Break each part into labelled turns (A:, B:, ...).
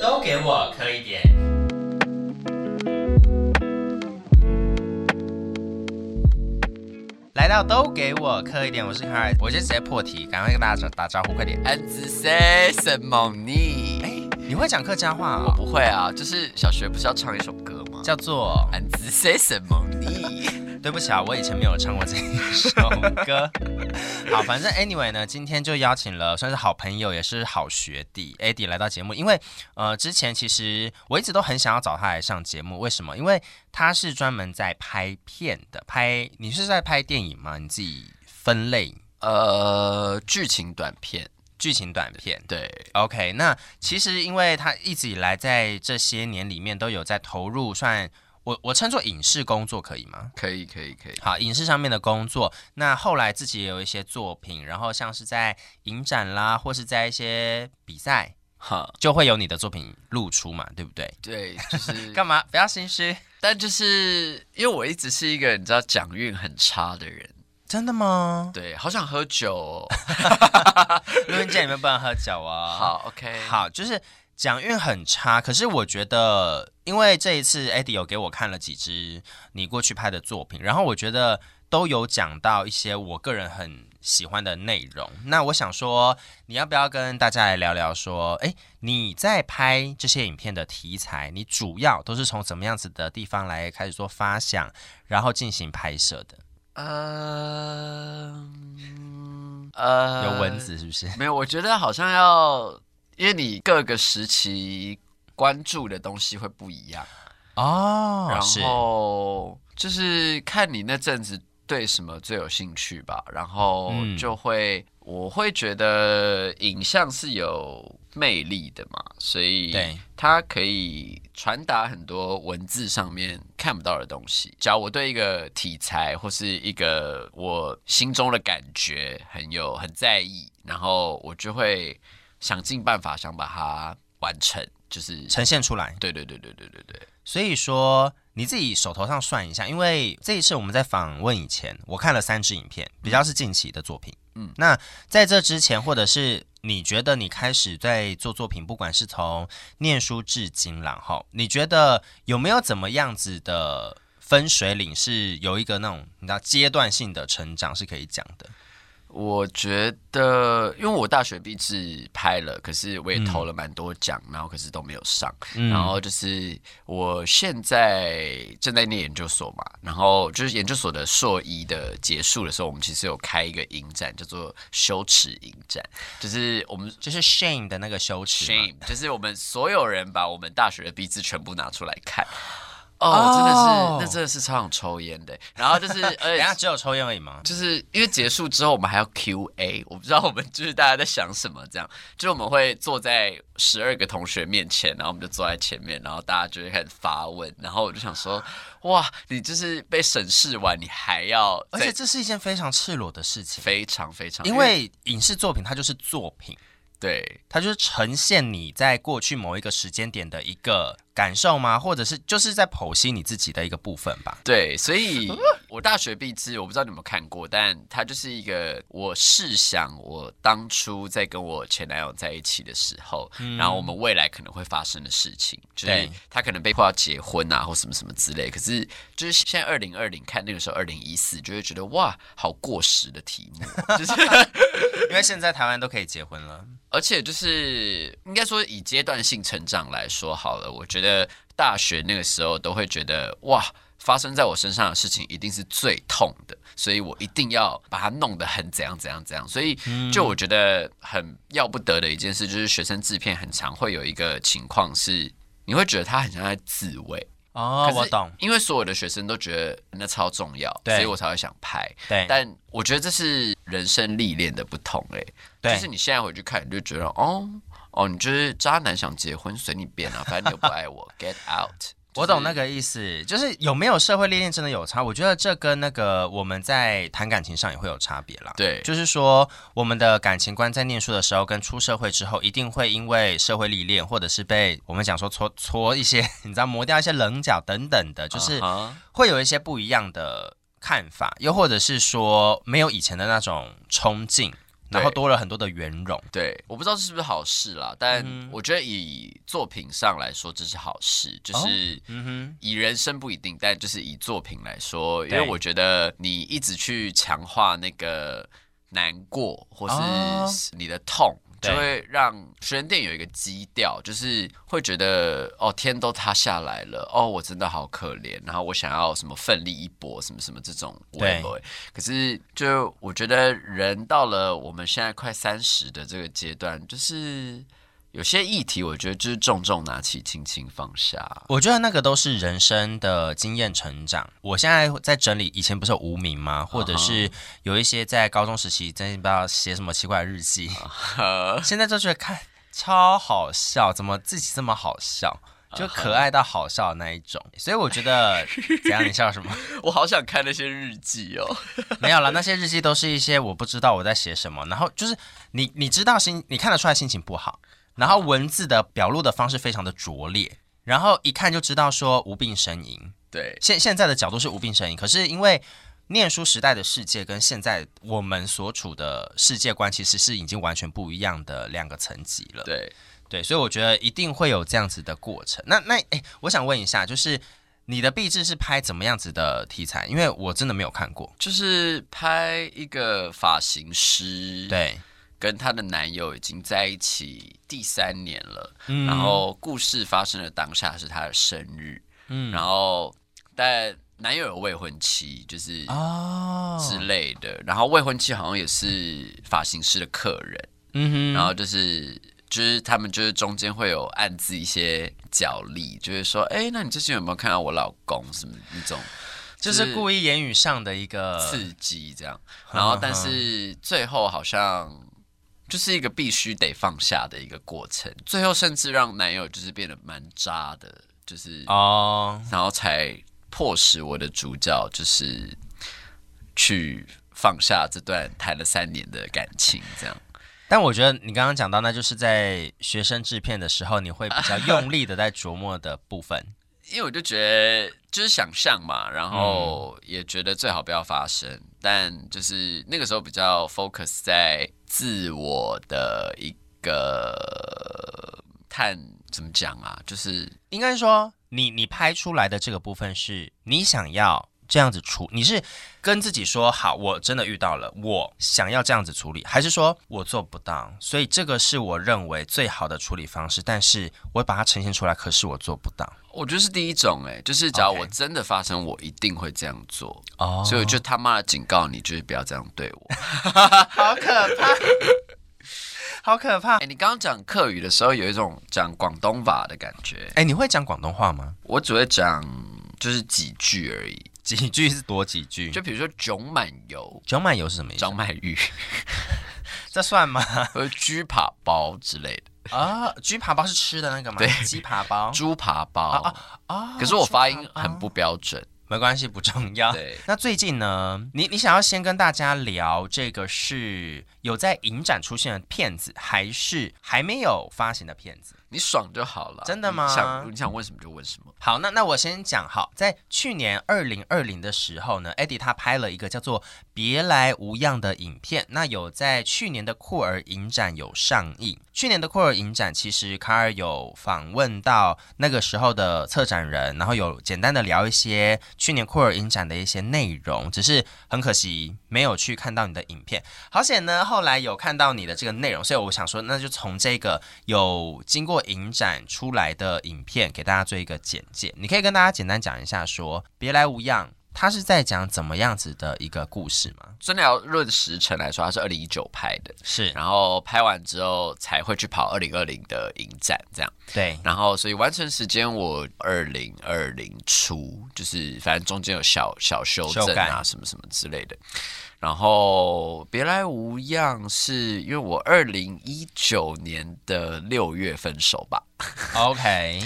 A: 都给我磕一点。来到都给我磕一点，我是卡尔，我就直接破题，赶快跟大家打打招呼，快点。
B: 安子塞什么你？哎，
A: 你会讲客家话
B: 我
A: 哦，
B: 不会啊，就是小学不是要唱一首歌吗？
A: 叫做……
B: 安子塞什么你？
A: 对不起啊，我以前没有唱过这一首歌。好，反正 anyway 呢，今天就邀请了算是好朋友，也是好学弟 Eddie 来到节目，因为呃，之前其实我一直都很想要找他来上节目，为什么？因为他是专门在拍片的，拍你是在拍电影吗？你自己分类
B: 呃，剧情短片，
A: 剧情短片。
B: 对，
A: OK，那其实因为他一直以来在这些年里面都有在投入算。我我称作影视工作可以吗？
B: 可以，可以，可以。
A: 好，影视上面的工作，那后来自己也有一些作品，然后像是在影展啦，或是在一些比赛，
B: 哈，
A: 就会有你的作品露出嘛，对不对？
B: 对， 就是
A: 干嘛？不要心虚，
B: 但就是因为我一直是一个你知道讲运很差的人，
A: 真的吗？
B: 对，好想喝酒、哦。
A: 录音间里面不能喝酒啊。
B: 好，OK，，
A: 好，就是蒋运很差，可是我觉得，因为这一次 Eddie 有给我看了几支你过去拍的作品，然后我觉得都有讲到一些我个人很喜欢的内容。那我想说，你要不要跟大家来聊聊说，诶，你在拍这些影片的题材，你主要都是从怎么样子的地方来开始做发想，然后进行拍摄的？
B: 呃，呃，
A: 有蚊子是不是？
B: 没有，我觉得好像要，因为你各个时期关注的东西会不一样，
A: 哦，
B: 然
A: 是
B: 后就是看你那阵子对什么最有兴趣吧，然后
A: 嗯
B: 就会，我会觉得影像是有魅力的嘛，所以
A: 对
B: 它可以传达很多文字上面看不到的东西。只要我对一个题材或是一个我心中的感觉很有很在意，然后我就会想尽办法想把它完成，就是
A: 呈现出来。
B: 对对对对对对对，
A: 所以说你自己手头上算一下，因为这一次我们在访问以前，我看了三支影片，比较是近期的作品。嗯
B: 嗯，
A: 那在这之前，或者是你觉得你开始在做作品，不管是从念书至今，然后你觉得有没有怎么样子的分水岭是有一个那种你知道阶段性的成长是可以讲的？
B: 我觉得因为我大学毕制拍了，可是我也投了蛮多奖，然后可是都没有上。
A: 嗯
B: 然后就是我现在正在念研究所嘛，然后就是研究所的硕一的结束的时候，我们其实有开一个影展，叫做羞耻影展，就是我们
A: 就是 shame 的那个羞耻嘛
B: shame，就是我们所有人把我们大学的毕制全部拿出来看。
A: 哦
B: 哦，真的是，那真的是超想抽烟的。然后就是，而
A: 等一
B: 且
A: 下只有抽烟而已吗？
B: 就是因为结束之后，我们还要 Q&A，我不知道我们就是大家在想什么，这样就是我们会坐在十二个同学面前，然后我们就坐在前面，然后大家就会开始发问，然后我就想说，哇，你就是被审视完，你还要
A: 而
B: 再
A: 且这是一件非常赤裸的事情，
B: 非常非常，
A: 因为影视作品它就是作品。
B: 对
A: 它就是呈现你在过去某一个时间点的一个感受吗？或者是就是在剖析你自己的一个部分 吧？
B: 对，所以我大学必知，我不知道你有没有看过，但它就是一个我试想我当初在跟我前男友在一起的时候，然后我们未来可能会发生的事情，就是
A: 对
B: 他可能被迫要结婚啊，或什么什么之类。可是就是现在二零二零看那个时候二零一四，就会觉得哇，好过时的题目哦，就是
A: 因为现在台湾都可以结婚了，
B: 而且就是应该说以阶段性成长来说好了，我觉得大学那个时候都会觉得哇。发生在我身上的事情一定是最痛的，所以我一定要把它弄得很怎样怎样怎样。所以，
A: 嗯
B: 就我觉得很要不得的一件事，就是学生制片很常会有一个情况是，你会觉得他很像在自慰。
A: 哦
B: 可是，因为所有的学生都觉得那超重要，
A: 对
B: 所以我才会想拍。
A: 对
B: 但我觉得这是人生历练的不同、欸，
A: 对
B: 就是你现在回去看，你就觉得哦哦，你就是渣男想结婚随你便 啊，反正你又不爱我，get out。
A: 我懂那个意思，就是有没有社会历练真的有差？我觉得这跟那个我们在谈感情上也会有差别啦。
B: 对
A: 就是说我们的感情观在念书的时候跟出社会之后，一定会因为社会历练，或者是被我们讲说搓搓一些，你知道磨掉一些棱角等等的，就是
B: 啊
A: 会有一些不一样的看法，又或者是说没有以前的那种冲劲。然后多了很多的圆融。
B: 对，我不知道这是不是好事啦，但
A: 嗯
B: 我觉得以作品上来说，这是好事，就是
A: 嗯
B: 以人生不一定，但就是以作品来说，因
A: 对
B: 为我觉得你一直去强化那个难过或
A: 哦
B: 是你的痛。
A: 对
B: 就会让学生店有一个基调，就是会觉得哦，天都塌下来了，哦，我真的好可怜，然后我想要什么奋力一搏，什么什么这种
A: 对
B: whatever 可是，就我觉得人到了我们现在快三十的这个阶段，就是有些议题，我觉得就是重重拿起，轻轻放下。
A: 哼，我觉得那个都是人生的经验成长。我现在在整理，以前不是有无名吗？或者是有一些在高中时期真的不知道写什么奇怪的日记， 现在就觉得看超好笑，怎么自己这么好笑？就可爱到好笑的那一种，所以我觉得怎样？你笑什么？
B: 我好想看那些日记哦。
A: 没有啦，那些日记都是一些我不知道我在写什么，然后就是你你知道心，你看得出来心情不好，然后文字的表露的方式非常的拙劣，然后一看就知道说无病呻吟。
B: 对，
A: 现现在的角度是无病呻吟，可是因为念书时代的世界跟现在我们所处的世界观其实是已经完全不一样的两个层级了。
B: 对，
A: 对，所以我觉得一定会有这样子的过程。那那诶，我想问一下，就是你的壁纸是拍怎么样子的题材？因为我真的没有看过。
B: 就是拍一个发型师，，
A: 对，
B: 跟她的男友已经在一起第三年了。
A: 嗯
B: 然后故事发生的当下是她的生日，
A: 嗯
B: 然后但男友有未婚妻，就是
A: 哦，
B: 之类的。然后未婚妻好像也是发型师的客人，
A: 嗯
B: 然后就是就是他们就是中间会有暗自一些角力，就是说，哎，那你最近有没有看到我老公什么那种
A: 哼，就是故意言语上的一个
B: 刺激这样？然后但是最后好像。就是一个必须得放下的一个过程，最后甚至让男友就是变得蛮渣的，就是
A: 哦，
B: 然后才迫使我的主角就是去放下这段谈了三年的感情，这样。
A: 但我觉得你刚刚讲到，那就是在学生制片的时候，你会比较用力的在琢磨的部分。
B: 因为我就觉得就是想象嘛，然
A: 嗯
B: 后也觉得最好不要发生，但就是那个时候比较 focus 在自我的一个探，怎么讲啊？就是
A: 应该说，你你拍出来的这个部分是你想要这样子处，你是跟自己说好，我真的遇到了，我想要这样子处理，还是说我做不到？所以这个是我认为最好的处理方式，但是我把它呈现出来，可是我做不到。
B: 我觉得是第一种、欸，就是只要
A: OK
B: 我真的发生，我一定会这样做。
A: 哦
B: 所以我就他妈的警告你，就是不要这样对 我。
A: 好可 怕，好可怕！
B: 哎、你刚刚讲客语的时候，有一种讲广东话的感觉。
A: 哎，你会讲广东话吗？
B: 我只会讲就是几句而已，
A: 几句是多几句？
B: 就比如说“囧满油”、
A: 九满油是什么意
B: “
A: 思？
B: 张曼玉
A: 这算吗？”
B: 或者“呃猪扒包”之类的
A: 啊，鸡扒包是吃的那个吗？
B: 对
A: 鸡扒包，
B: “猪扒包
A: 哦
B: 哦
A: 啊”，
B: 可是我发音很不标准。
A: 没关系，不重要。
B: 对，
A: 那最近呢，你你想要先跟大家聊这个是有在影展出现的片子，还是还没有发行的片子？
B: 你爽就好了。
A: 真的吗
B: 你想你想问什么就问什么。
A: 好，那那我先讲好，在去年二零二零的时候呢，Eddie 他拍了一个叫做《别来无恙》的影片，那有在去年的酷儿影展有上映。去年的酷儿影展，其实卡尔有访问到那个时候的策展人，然后有简单的聊一些去年酷儿影展的一些内容，只是很可惜没有去看到你的影片。好险呢，后来有看到你的这个内容，所以我想说，那就从这个有经过影展出来的影片给大家做一个简介。你可以跟大家简单讲一下说别来无恙》，它是在讲怎么样子的一个故事吗？
B: 真的要论时辰来说，它是二零一九拍的，
A: 是
B: 然后拍完之后才会去跑二零二零的影展这样。
A: 对，
B: 然后所以完成时间我二零二零初，就是反正中间有小小修正
A: 修
B: 啊
A: 改
B: 什么什么之类的。然后别来无恙是因为我二零一九年的六月分手吧，
A: OK，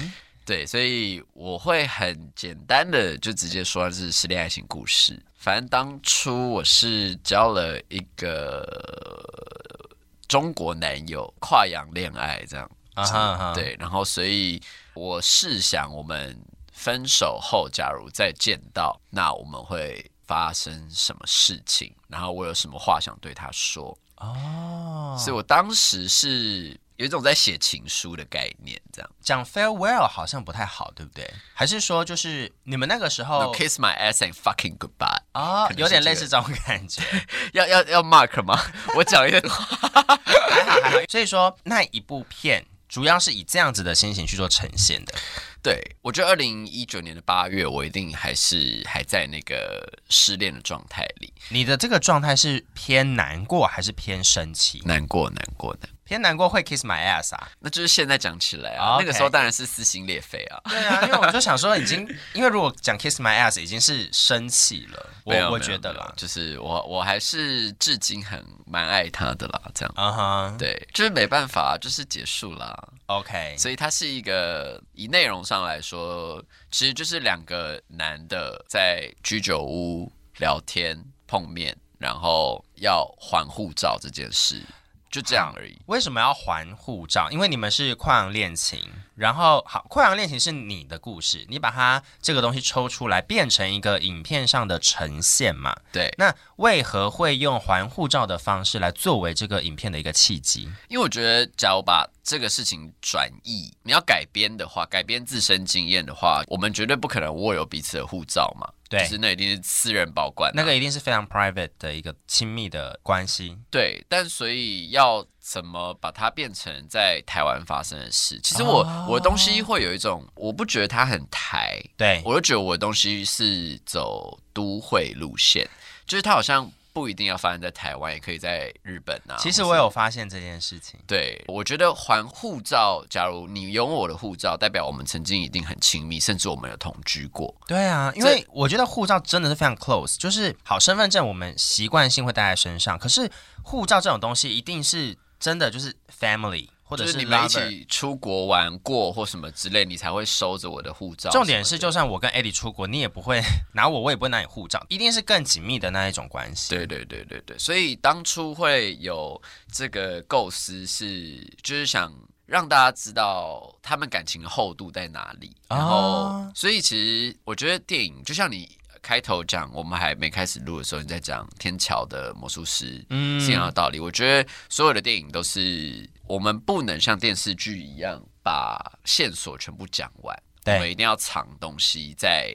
B: 对，所以我会很简单的就直接说是失恋爱情故事。反正当初我是交了一个呃中国男友，跨洋恋爱这样。
A: 啊哈啊哈，
B: 对，然后所以我试想，我们分手后，假如再见到，那我们会发生什么事情？然后我有什么话想对他说？
A: 哦，哦，
B: 所以我当时是有一种在写情书的概念，这样。
A: 讲 farewell 好像不太好，对不对？还是说就是你们那个时
B: No,
A: 候
B: kiss my ass and fucking goodbye，
A: 啊、
B: 可能是
A: 有点
B: 这
A: 类
B: 个
A: 似这种感觉，
B: 要要要 mark 吗？ 我讲一些
A: 还好还好。所以说那一部片主要是以这样子的心情去做呈现的。
B: 对，我觉得二零一九年的八月，我一定还是还在那个失恋的状态里，
A: 你的这个状态是偏难过还是偏生气？
B: 难过，难过的。
A: 偏难过会 kiss my ass 啊？
B: 那就是现在讲起来啊
A: OK
B: 那个时候当然是撕心裂肺啊。
A: 对啊，因为我就想说，已经因为如果讲 kiss my ass 已经是生气了，
B: 没有
A: 我我
B: 没有
A: 觉得
B: 没有
A: 啦，
B: 就是我我还是至今很蛮爱他的啦，这样。
A: 嗯哼、
B: 对，就是没办法，啊就是结束啦。
A: o k
B: 所以它是一个以内容上来说，其实就是两个男的在居酒屋聊天碰面，然后要还护照这件事，就这样而已。
A: 为什么要还护照？因为你们是跨洋恋情，然后好，跨洋恋情是你的故事，你把它这个东西抽出来，变成一个影片上的呈现嘛。
B: 对，
A: 那为何会用还护照的方式来作为这个影片的一个契机？
B: 因为我觉得，假如把这个事情转译，你要改编的话，改编自身经验的话，我们绝对不可能握有彼此的护照嘛。
A: 对
B: 就是那一定是私人保管啊、
A: 那个一定是非常 private 的一个亲密的关系。
B: 对，但所以要怎么把它变成在台湾发生的事？其实我、
A: 哦
B: 我的东西会有一种，我不觉得它很台，
A: 对，
B: 我就觉得我的东西是走都会路线，就是它好像不一定要发生在台湾，也可以在日本啊。
A: 其实
B: 或是
A: 我有发现这件事情。
B: 对，我觉得还护照，假如你拥有我的护照，代表我们曾经一定很亲密，甚至我们有同居过。
A: 对啊，因为我觉得护照真的是非常 close，就是好身份证我们习惯性会带在身上，可是护照这种东西一定是真的就是 family 或者
B: 就是是你们一
A: lover
B: 起出国玩过或什么之类，你才会收着我的护照什么的。
A: 重点是，就算我跟 Eddie 出国，你也不会 拿我，我也不会拿你护照，一定是更紧密的那一种关系。
B: 对对对对对，所以当初会有这个构思是，就是想让大家知道他们感情的厚度在哪里。然后，
A: 啊
B: 所以其实我觉得电影就像你开头讲，我们还没开始录的时候，你在讲天桥的魔术师，嗯，是一样的道理。我觉得所有的电影都是我们不能像电视剧一样把线索全部讲完，
A: 对
B: 我们一定要藏东西在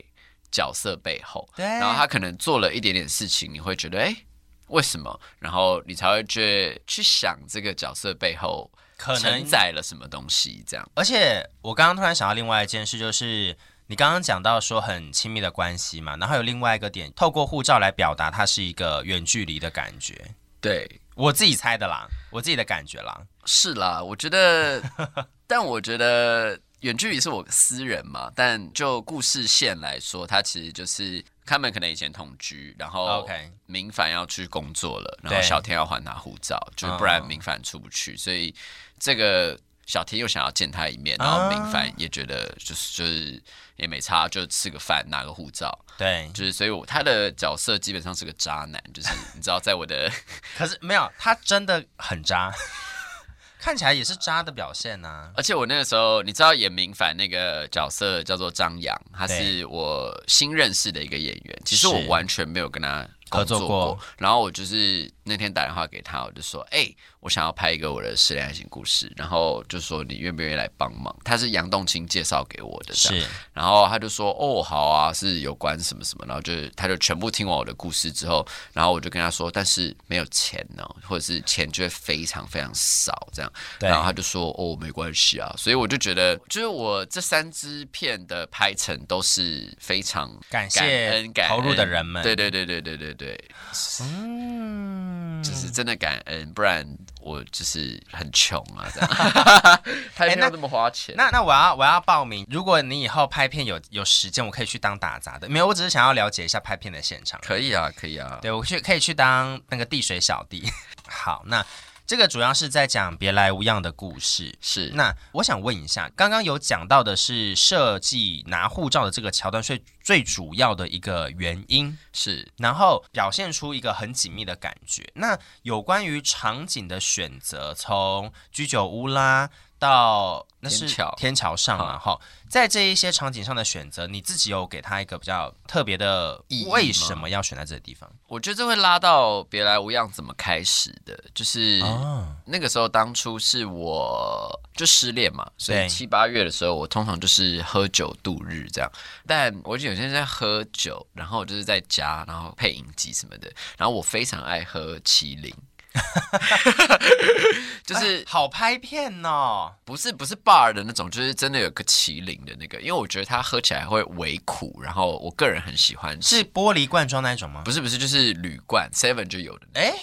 B: 角色背后。
A: 对
B: 然后他可能做了一点点事情，你会觉得哎、诶为什么？然后你才会去去想这个角色背后
A: 可
B: 承
A: 能，
B: 载了什么东西，这样
A: 而且我刚刚突然想到另外一件事，就是你刚刚讲到说很亲密的关系嘛，然后有另外一个点，透过护照来表达它是一个远距离的感觉，
B: 对。
A: 我自己猜的啦，我自己的感觉啦。
B: 是啦，我 觉得，但我觉得远距离是我私人嘛，但就故事线来说，它其实就是他们可能以前同居，然后
A: OK
B: 明凡要去工作了，然后
A: 对
B: 小天要还他护照，就
A: 嗯
B: 不然明凡出不去，所以这个。小天又想要见他一面，然
A: 啊
B: 后明凡也觉得就是就是也没差，就吃个饭拿个护照，
A: 对，
B: 就是所以我他的角色基本上是个渣男，就是你知道在我的
A: 可是没有，他真的很渣， 看起来也是渣的表现啊呐、
B: 而且我那个时候，你知道演明凡那个角色叫做张扬，他
A: 对
B: 是我新认识的一个演员。其实我
A: 是
B: 完全没有跟他
A: 合
B: 工
A: 作
B: 作
A: 过
B: 过。然后我就是那天打电话给他，我就说：“哎、我想要拍一个我的失恋爱情故事。”然后就说：“你愿不愿意来帮忙？”他是杨栋青介绍给我的，这样。
A: 是
B: 然后他就说：“哦，好啊，是有关什么什么。”然后就是他就全部听完我的故事之后，然后我就跟他说：“但是没有钱哦，或者是钱就会非常非常少这样。”
A: 对
B: 然后他就说：“哦，没关系啊。”所以我就觉得，就是我这三支片的拍成都是非常
A: 感
B: 感
A: 谢
B: 恩感
A: 投入的
B: 恩
A: 人们
B: 对对对对对对对，
A: 嗯，
B: 就是真的感恩，不然我就是很穷啊， 这样。他也没有那么花钱。
A: 哎那那我要我要报名，如果你以后拍片有有时间，我可以去当打杂的。没有，我只是想要了解一下拍片的现场。
B: 可以啊，可以啊。
A: 对我去可以去当那个递水小弟。 好，那这个主要是在讲别来无恙的故事。
B: 是
A: 那我想问一下，刚刚有讲到的是设计拿护照的这个桥段，所以最主要的一个原因。
B: 是，
A: 然后表现出一个很紧密的感觉。那有关于场景的选择，从居酒屋啦到那
B: 天
A: 是
B: 桥
A: 天桥上嘛，哈，在这一些场景上的选择，你自己有给他一个比较特别的
B: 意义吗
A: 为什么要选在这个地方
B: 我觉得这会拉到《别来无恙》怎么开始的，就是
A: 啊？
B: 那个时候当初是我就失恋嘛，所
A: 对
B: 以七八月的时候，我通常就是喝酒度日这样。但我就有些人在喝酒，然后我就是在家，然后配饮机什么的。然后我非常爱喝 麒麟，就是
A: 哎好拍片哦，
B: 不是不是 bar 的那种，就是真的有个麒麟的那个，因为我觉得它喝起来会微苦，然后我个人很喜欢吃。
A: 是玻璃罐装那一种吗？
B: 不是不是，就是铝罐 Seven 就有的那个
A: 哎，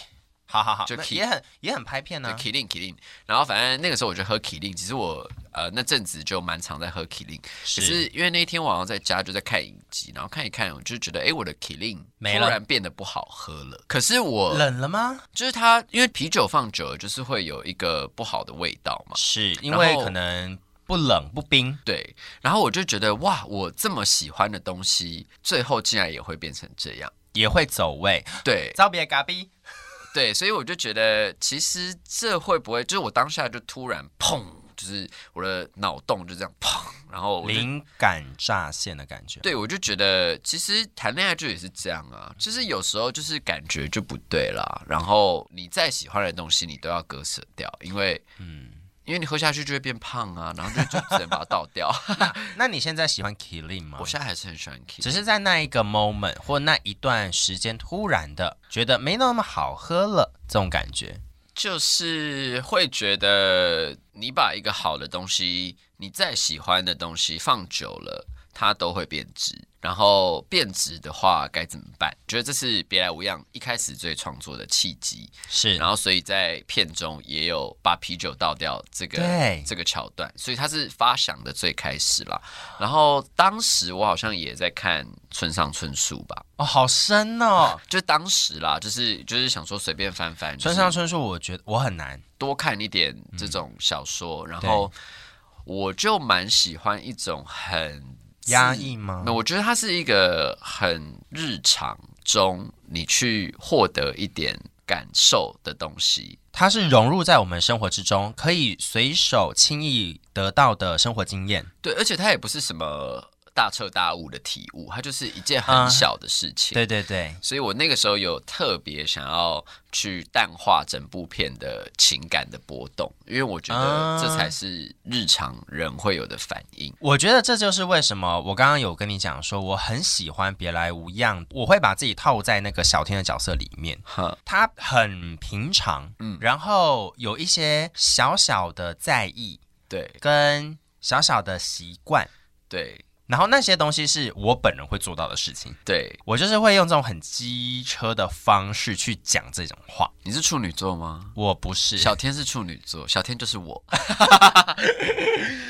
A: 好好好，
B: 就
A: 那
B: key
A: 也很也很拍片呢
B: 对。，Killing Killing，然后反正那个时候我就喝 Killing，其实我呃那阵子就蛮常在喝 Killing，
A: 是
B: 可是因为那一天晚上在家就在看影集，然后看一看我就觉得哎我的 Killing
A: 没
B: 突
A: 了
B: 然变得不好喝了，可是我
A: 冷了吗？
B: 就是它因为啤酒放久了就是会有一个不好的味道嘛。
A: 是因
B: 然
A: 为
B: 后
A: 可能不冷不冰，
B: 对，然后我就觉得哇，我这么喜欢的东西，最后竟然也会变成这样。
A: 也会走味。
B: 对，
A: 招别嘎逼，
B: 对，所以我就觉得，其实这会不会就是我当下就突然砰，就是我的脑洞就这样砰，然后我就
A: 灵感乍现的感觉。
B: 对我就觉得，其实谈恋爱就也是这样啊，就是有时候就是感觉就不对啦，然后你再喜欢的东西，你都要割舍掉，因为嗯。因为你喝下去就会变胖啊，然后就就只能把它倒掉。
A: 那你现在喜欢 Killing 吗
B: 我？现在还是很喜欢 K，
A: 只是在那一个 moment 或那一段时间，突然的觉得没那么好喝了，这种感觉。
B: 就是会觉得你把一个好的东西，你再喜欢的东西放久了，它都会变质。然后变质的话该怎么办？觉得这是别来无恙一开始最创作的契机。
A: 是
B: 然后所以在片中也有把啤酒倒掉这个
A: 对
B: 这个桥段，所以它是发想的最开始啦。然后当时我好像也在看村上春树吧，
A: 哦，好深哦。
B: 就当时啦，就是就是想说随便翻翻。
A: 村
B: 就是
A: 上春树，我觉得我很难。
B: 多看一点
A: 嗯
B: 这种小说，然后我就蛮喜欢一种很
A: 压抑吗
B: 那我觉得它是一个很日常中你去获得一点感受的东西。
A: 它是融入在我们生活之中，可以随手轻易得到的生活经验。
B: 对，而且它也不是什么大彻大悟的体悟，它就是一件很
A: 啊
B: 小的事情。
A: 对对对，
B: 所以我那个时候有特别想要去淡化整部片的情感的波动，因为我觉得
A: 啊
B: 这才是日常人会有的反应。
A: 我觉得这就是为什么我刚刚有跟你讲说，我很喜欢《别来无恙》，我会把自己套在那个小天的角色里面。
B: 哈，
A: 他很平常，嗯，然后有一些小小的在意
B: 对
A: 跟小小的习惯，
B: 对，
A: 然后那些东西是我本人会做到的事情。
B: 对，
A: 我就是会用这种很机车的方式去讲这种话。
B: 你是处女座吗？
A: 我不是，
B: 小天是处女座，小天就是我，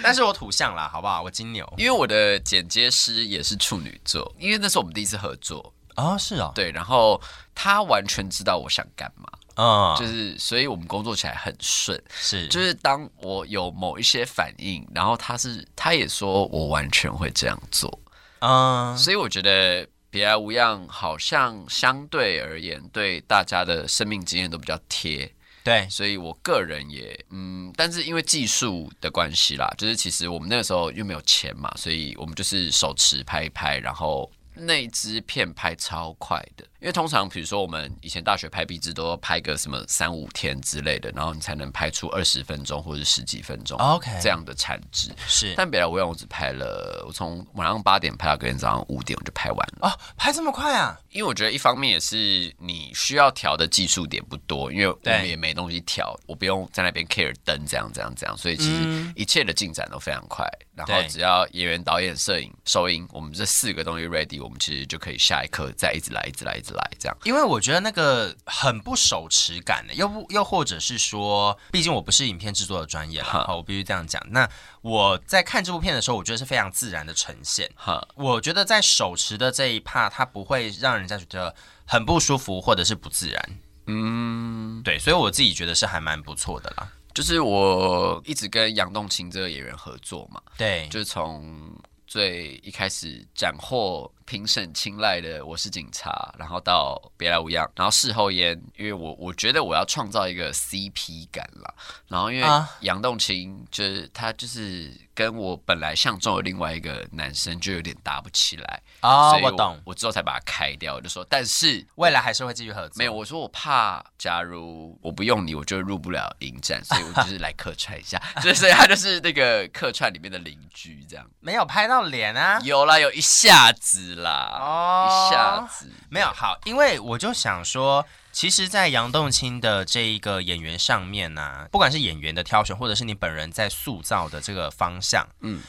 A: 但是我土象啦，好不好？我金牛。
B: 因为我的剪接师也是处女座，因为那是我们第一次合作，
A: 哦，是哦，
B: 对，然后他完全知道我想干嘛，
A: 嗯，
B: 就是所以我们工作起来很顺，
A: 是，
B: 就是当我有某一些反应，然后他是他也说我完全会这样做，
A: 嗯，
B: 所以我觉得。别来无恙，好像相对而言对大家的生命经验都比较贴，
A: 对，
B: 所以我个人也嗯，但是因为技术的关系啦，就是其实我们那个时候又没有钱嘛，所以我们就是手持拍一拍，然后那一支片拍超快的，因为通常比如说我们以前大学拍壁纸都要拍个什么三五天之类的，然后你才能拍出二十分钟或者十几分钟
A: OK
B: 这样的产值。
A: 是。
B: 但北来无恙我只拍了，我从晚上八点拍到隔天早上五点我就拍完了。
A: 哦，拍这么快啊？
B: 因为我觉得一方面也是你需要调的技术点不多，因为我们
A: 对
B: 也没东西调，我不用在那边 care 灯这样这样这样，所以其实一切的进展都非常快。然后
A: 嗯对
B: 只要演员、导演、摄影、收音，我们这四个东西 ready，我们其实就可以下一刻再一直来、一直来、一直来这样。
A: 因为我觉得那个很不手持感的，又不又或者是说，毕竟我不是影片制作的专业啦，
B: 哈
A: 好，我必须这样讲。那我在看这部片的时候，我觉得是非常自然的呈现。
B: 哈，
A: 我觉得在手持的这一趴，它不会让人家觉得很不舒服或者是不自然。
B: 嗯，
A: 对，所以我自己觉得是还蛮不错的啦。
B: 就是我一直跟杨栋清这个演员合作嘛，
A: 对，
B: 就是从最一开始斩获评审青睐的《我是警察》，然后到《别来无恙》，然后事后烟，因为我我觉得我要创造一个 CP 感啦。然后因为
A: 啊
B: 杨栋清就是他就是跟我本来相中的另外一个男生就有点搭不起来，
A: 哦
B: 所，以
A: 我懂，
B: 我之后才把它开掉，我就说但是。
A: 未来还是会继续合作。
B: 没有，我说我怕，假如我不用你，我就入不了影展，所以我就是来客串一下。 就是所以他就是那个客串里面的邻居这样。
A: 没有拍到脸啊。
B: 有啦，有一下子啦，
A: 哦
B: 一下子
A: 没有好，因为我就想说，其实，在杨栋清的这一个演员上面呢、啊不管是演员的挑选，或者是你本人在塑造的这个方向，嗯
B: 嗯，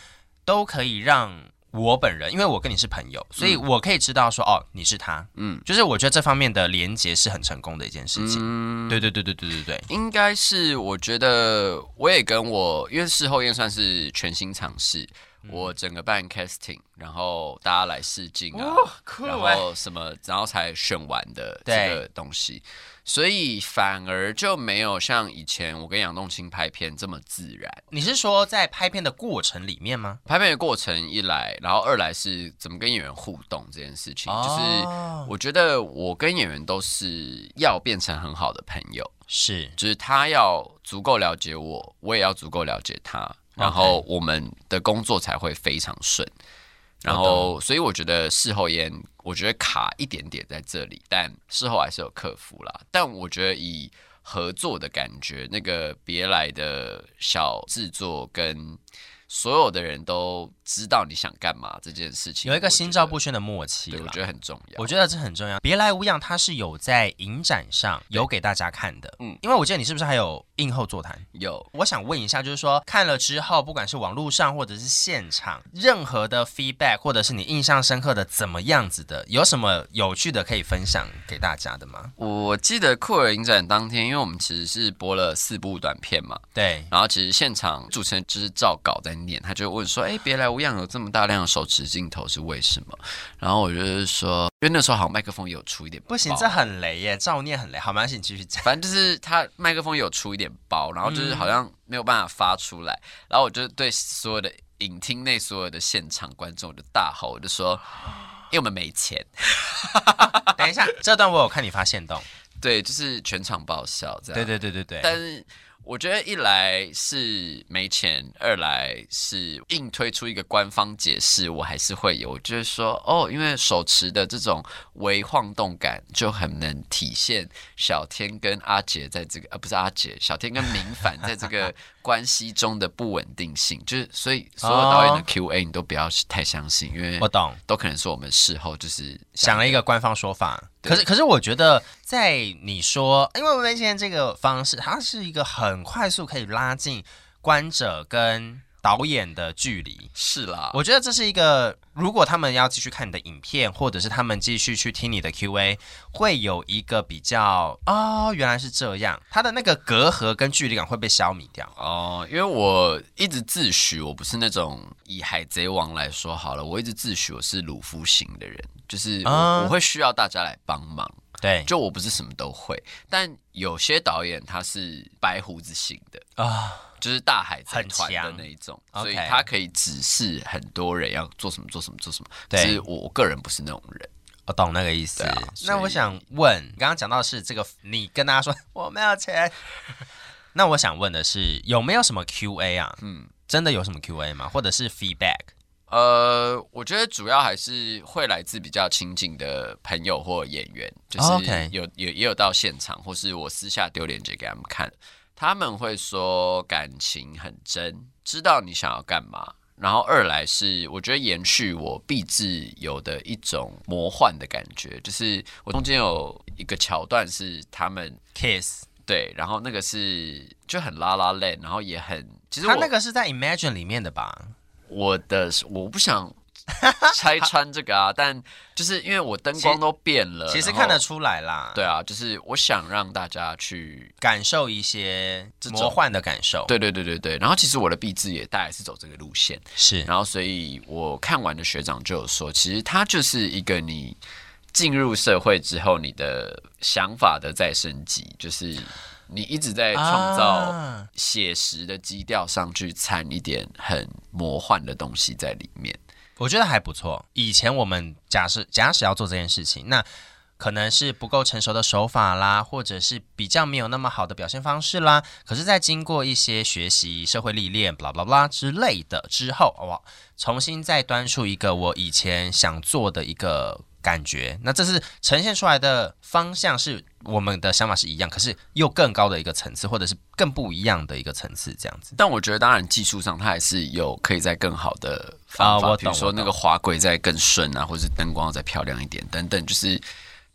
A: 都可以让我本人，因为我跟你是朋友，所以我可以知道说，哦，你是他，嗯
B: 嗯，
A: 就是我觉得这方面的连接是很成功的一件事情。
B: 嗯，
A: 对对对对对对对，
B: 应该是我觉得我也跟我，因为事后验算是全新尝试，
A: 嗯
B: 我整个办 casting，然后大家来试镜啊，
A: 哦酷欸
B: 然后什么，然后才选完的这
A: 对
B: 个东西，
A: 嗯
B: 所以反而就没有像以前我跟杨栋清拍片这么自然。
A: 你是说在拍片的过程里面吗？
B: 拍片的过程一来，然后二来是怎么跟演员互动这件事情，
A: 哦
B: 就是我觉得我跟演员都是要变成很好的朋友，
A: 是，
B: 就是他要足够了解我，我也要足够了解他，然后我们的工作才会非常顺。然后，所以我觉得事后烟，我觉得卡一点点在这里，但事后还是有克服啦。但我觉得以合作的感觉，那个别来的小制作跟所有的人都知道你想干嘛这件事情，
A: 有一个
B: 我觉
A: 心
B: 得
A: 照不，宣的默契
B: 对我
A: 啦。
B: 觉得很重要。
A: 我觉得这很重要。别来无恙，它是有在影展上有给大家看的，嗯
B: 嗯，
A: 因为我记得你是不是还有映后座谈？
B: 有
A: 我想问一下，就是说看了之后，不管是网络上或者是现场，任何的 feedback，或者是你印象深刻的怎么样子的，有什么有趣的可以分享给大家的吗？
B: 我记得酷儿影展当天，因为我们其实是播了四部短片嘛，
A: 对，
B: 然后其实现场主持人就是照稿在念，他就问说：“哎，别来无恙有这么大量的手持镜头是为什么？”然后我就是说，因为那时候好像麦克风有出一点包
A: 不行，这很雷耶，照念很雷。好，没关系，你继续讲。
B: 反正就是他麦克风有出一点包，然后就是好像没有办法发出来，然后我就对所有的影厅内所有的现场观众我就大吼，我就说：“因为我们没钱。”
A: 等一下，这段我有看你发现动。
B: 对，就是全场爆笑这
A: 对
B: 样。
A: 对啊对对对，
B: 但是我觉得一来是没钱，二来是硬推出一个官方解释，我还是会有，就是说哦，因为手持的这种微晃动感就很能体现小天跟阿杰在这个呃不是阿杰，小天跟明凡在这 个关系中的不稳定性，就是所以所有导演的
A: 哦
B: Q&A 你都不要太相信，因为
A: 我懂。
B: 都可能是我们事后就是
A: 想了一个官方说法，
B: 对
A: 可是可是我觉得在你说，因为我们现在这个方式，它是一个很快速可以拉近观者跟导演的距离。
B: 是啦，
A: 我觉得这是一个，如果他们要继续看你的影片，或者是他们继续去听你的 Q&A，会有一个比较哦，原来是这样，它的那个隔阂跟距离感会被消弭掉。
B: 哦，因为我一直自诩我不是那种以海贼王来说好了，我一直自诩我是鲁夫型的人，就是我,、
A: 啊
B: 我会需要大家来帮忙，
A: 对
B: 就我不是什么都会，但有些导演他是白胡子型的，
A: 啊，
B: 就是大海贼团
A: 很
B: 的
A: 强
B: 那一种，
A: OK
B: 所以他可以指示很多人要做什么做什么做什么，
A: 对
B: 只是我我个人不是那种人，
A: 我懂那个意思。
B: 对啊
A: 那
B: 所以
A: 我想问，你刚刚讲到的是这个，你跟大家说我没有钱。 那我想问的是，有没有什么 Q&A 啊？嗯
B: 嗯，
A: 真的有什么 Q&A 吗？或者是 feedback？
B: 呃，我觉得主要还是会来自比较亲近的朋友或演员，就
A: 哦
B: 是
A: ，OK
B: 有也也有到现场，或是我私下丢链接给他们看，他们会说感情很真，知道你想要干嘛。然后二来是，我觉得延续我必志有的一种魔幻的感觉，就是我中间有一个桥段是他们
A: Kiss，
B: 对，然后那个是就很拉拉链，然后也很其实我
A: 他那个是在 Imagine 里面的吧？
B: 我的我 不想拆穿这个啊， 但就是因为我灯光都变了，
A: 其实
B: 呃然后
A: 看得出来啦，
B: 对，啊，就是我想让大家去。
A: 感受一些
B: 这种
A: 魔幻的感受，，
B: 对对对对对，然后其实我的壁纸也大概是走这个路线，
A: 是
B: 然后所以我看完的学长就有说，其实它就是一个你进入社会之后你的想法的再升级，就是你一直在创造
A: 啊
B: 写实的基调上去掺一点很魔幻的东西在里面。
A: 我觉得还不错。以前我们假设假使要做这件事情，那可能是不够成熟的手法啦，或者是比较没有那么好的表现方式啦。可是，在经过一些学习、社会历练、blah blah blah 之类的之后，哦哇，重新再端出一个我以前想做的一个感觉。那这是呈现出来的方向是我们的想法是一样，可是又更高的一个层次，或者是更不一样的一个层次，这样子。
B: 但我觉得，当然技术上它还是有可以在更好的方法，
A: 啊我懂
B: 比如说那个滑轨再更顺啊，或是灯光再漂亮一点等等，就是。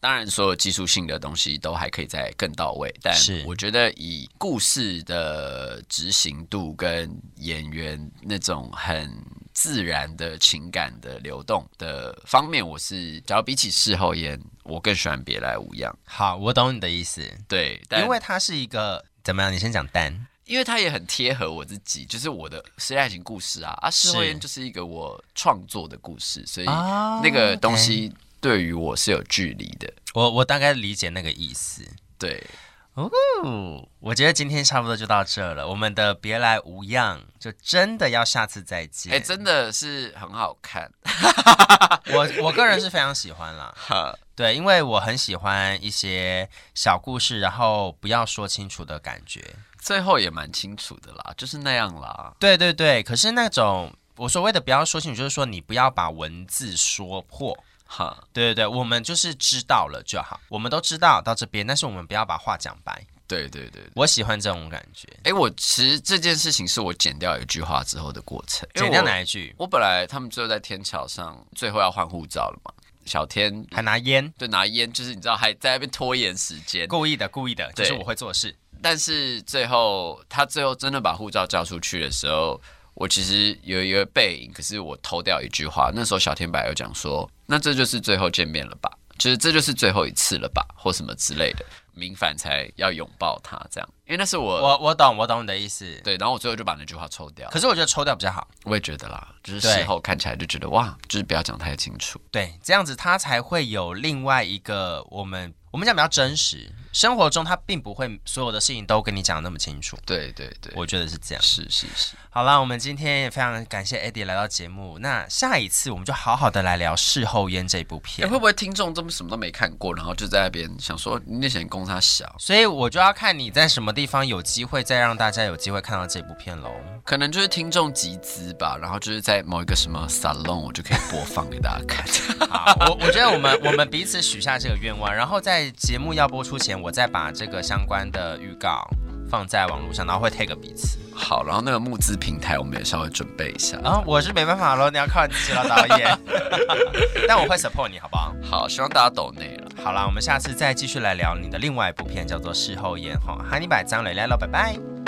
B: 当然，所有技术性的东西都还可以再更到位，但
A: 是
B: 我觉得以故事的执行度跟演员那种很自然的情感的流动的方面，我是，假如比起事后演，我更喜欢别来无恙。
A: 好，我懂你的意思，
B: 对，但
A: 因为它是一个怎么样？你先讲单。
B: 因为它也很贴合我自己，就是我的是爱情故事啊，啊，失婚就是一个我创作的故事，所以
A: 啊
B: 那个东西对于我是有距离的。
A: 我我大概理解那个意思。
B: 对，
A: 哦，我觉得今天差不多就到这了。我们的别来无恙，就真的要下次再见。
B: 哎、真的是很好看，
A: 我我个人是非常喜欢 啦，
B: 哈，
A: 对，因为我很喜欢一些小故事，然后不要说清楚的感觉。
B: 最后也蛮清楚的啦，就是那样啦。
A: 对对对，可是那种我所谓的不要说清楚，就是说你不要把文字说破。
B: 哈，
A: 对对对，我们就是知道了就好，我们都知道到这边，但是我们不要把话讲白。
B: 对对对对。
A: 我喜欢这种感觉。
B: 哎、我其实这件事情是我剪掉一句话之后的过程，因为
A: 剪掉
B: 我
A: 哪一句？
B: 我本来他们最后在天桥上，最后要换护照了嘛，小天
A: 还拿烟？
B: 就拿烟，就是你知道还在那边拖延时间，
A: 故意的，故意的，这
B: 对
A: 是我会做的事。
B: 但是最后他最后真的把护照交出去的时候，我其实有一个背影，可是我偷掉一句话。那时候小天白有讲说，那这就是最后见面了吧？就是这就是最后一次了吧，或什么之类的。明凡才要拥抱他这样，因为那是我
A: 我我懂，我懂你的意思。
B: 对，然后我最后就把那句话抽掉。
A: 可是我觉得抽掉比较好，
B: 我也觉得啦，就是
A: 对
B: 事后看起来就觉得哇，就是不要讲太清楚。
A: 对，这样子它才会有另外一个我们我们讲比较真实，生活中它并不会所有的事情都跟你讲的那么清楚，
B: 对对对，
A: 我觉得是这样。
B: 是是是，
A: 好啦，我们今天也非常感谢 Eddie 来到节目，那下一次我们就好好的来聊《事后烟》这部
B: 哎、
A: 片。
B: 会不会听众这么什么都没看过，然后就在那边想说你那些人公差小？
A: 所以我就要看你在什么地方有机会再让大家有机会看到这部片喽。
B: 可能就是听众集资吧，然后就是在某一个什么 salon，我就可以播放给大家看。
A: 好，我我觉得我们我们彼此许下这个愿望，然后在节目要播出前，我再把这个相关的预告放在网络上，然后会 tag 彼此。
B: 好，然后那个募资平台我们也稍微准备一下。
A: 啊、我是没办法喽，你要靠你了，导演。但我会 support 你，好不好？
B: 好，希望大家懂内了，
A: 好啦，我们下次再继续来聊你的另外一部片，叫做《事后烟》哈。哈尼百张磊来了，拜拜。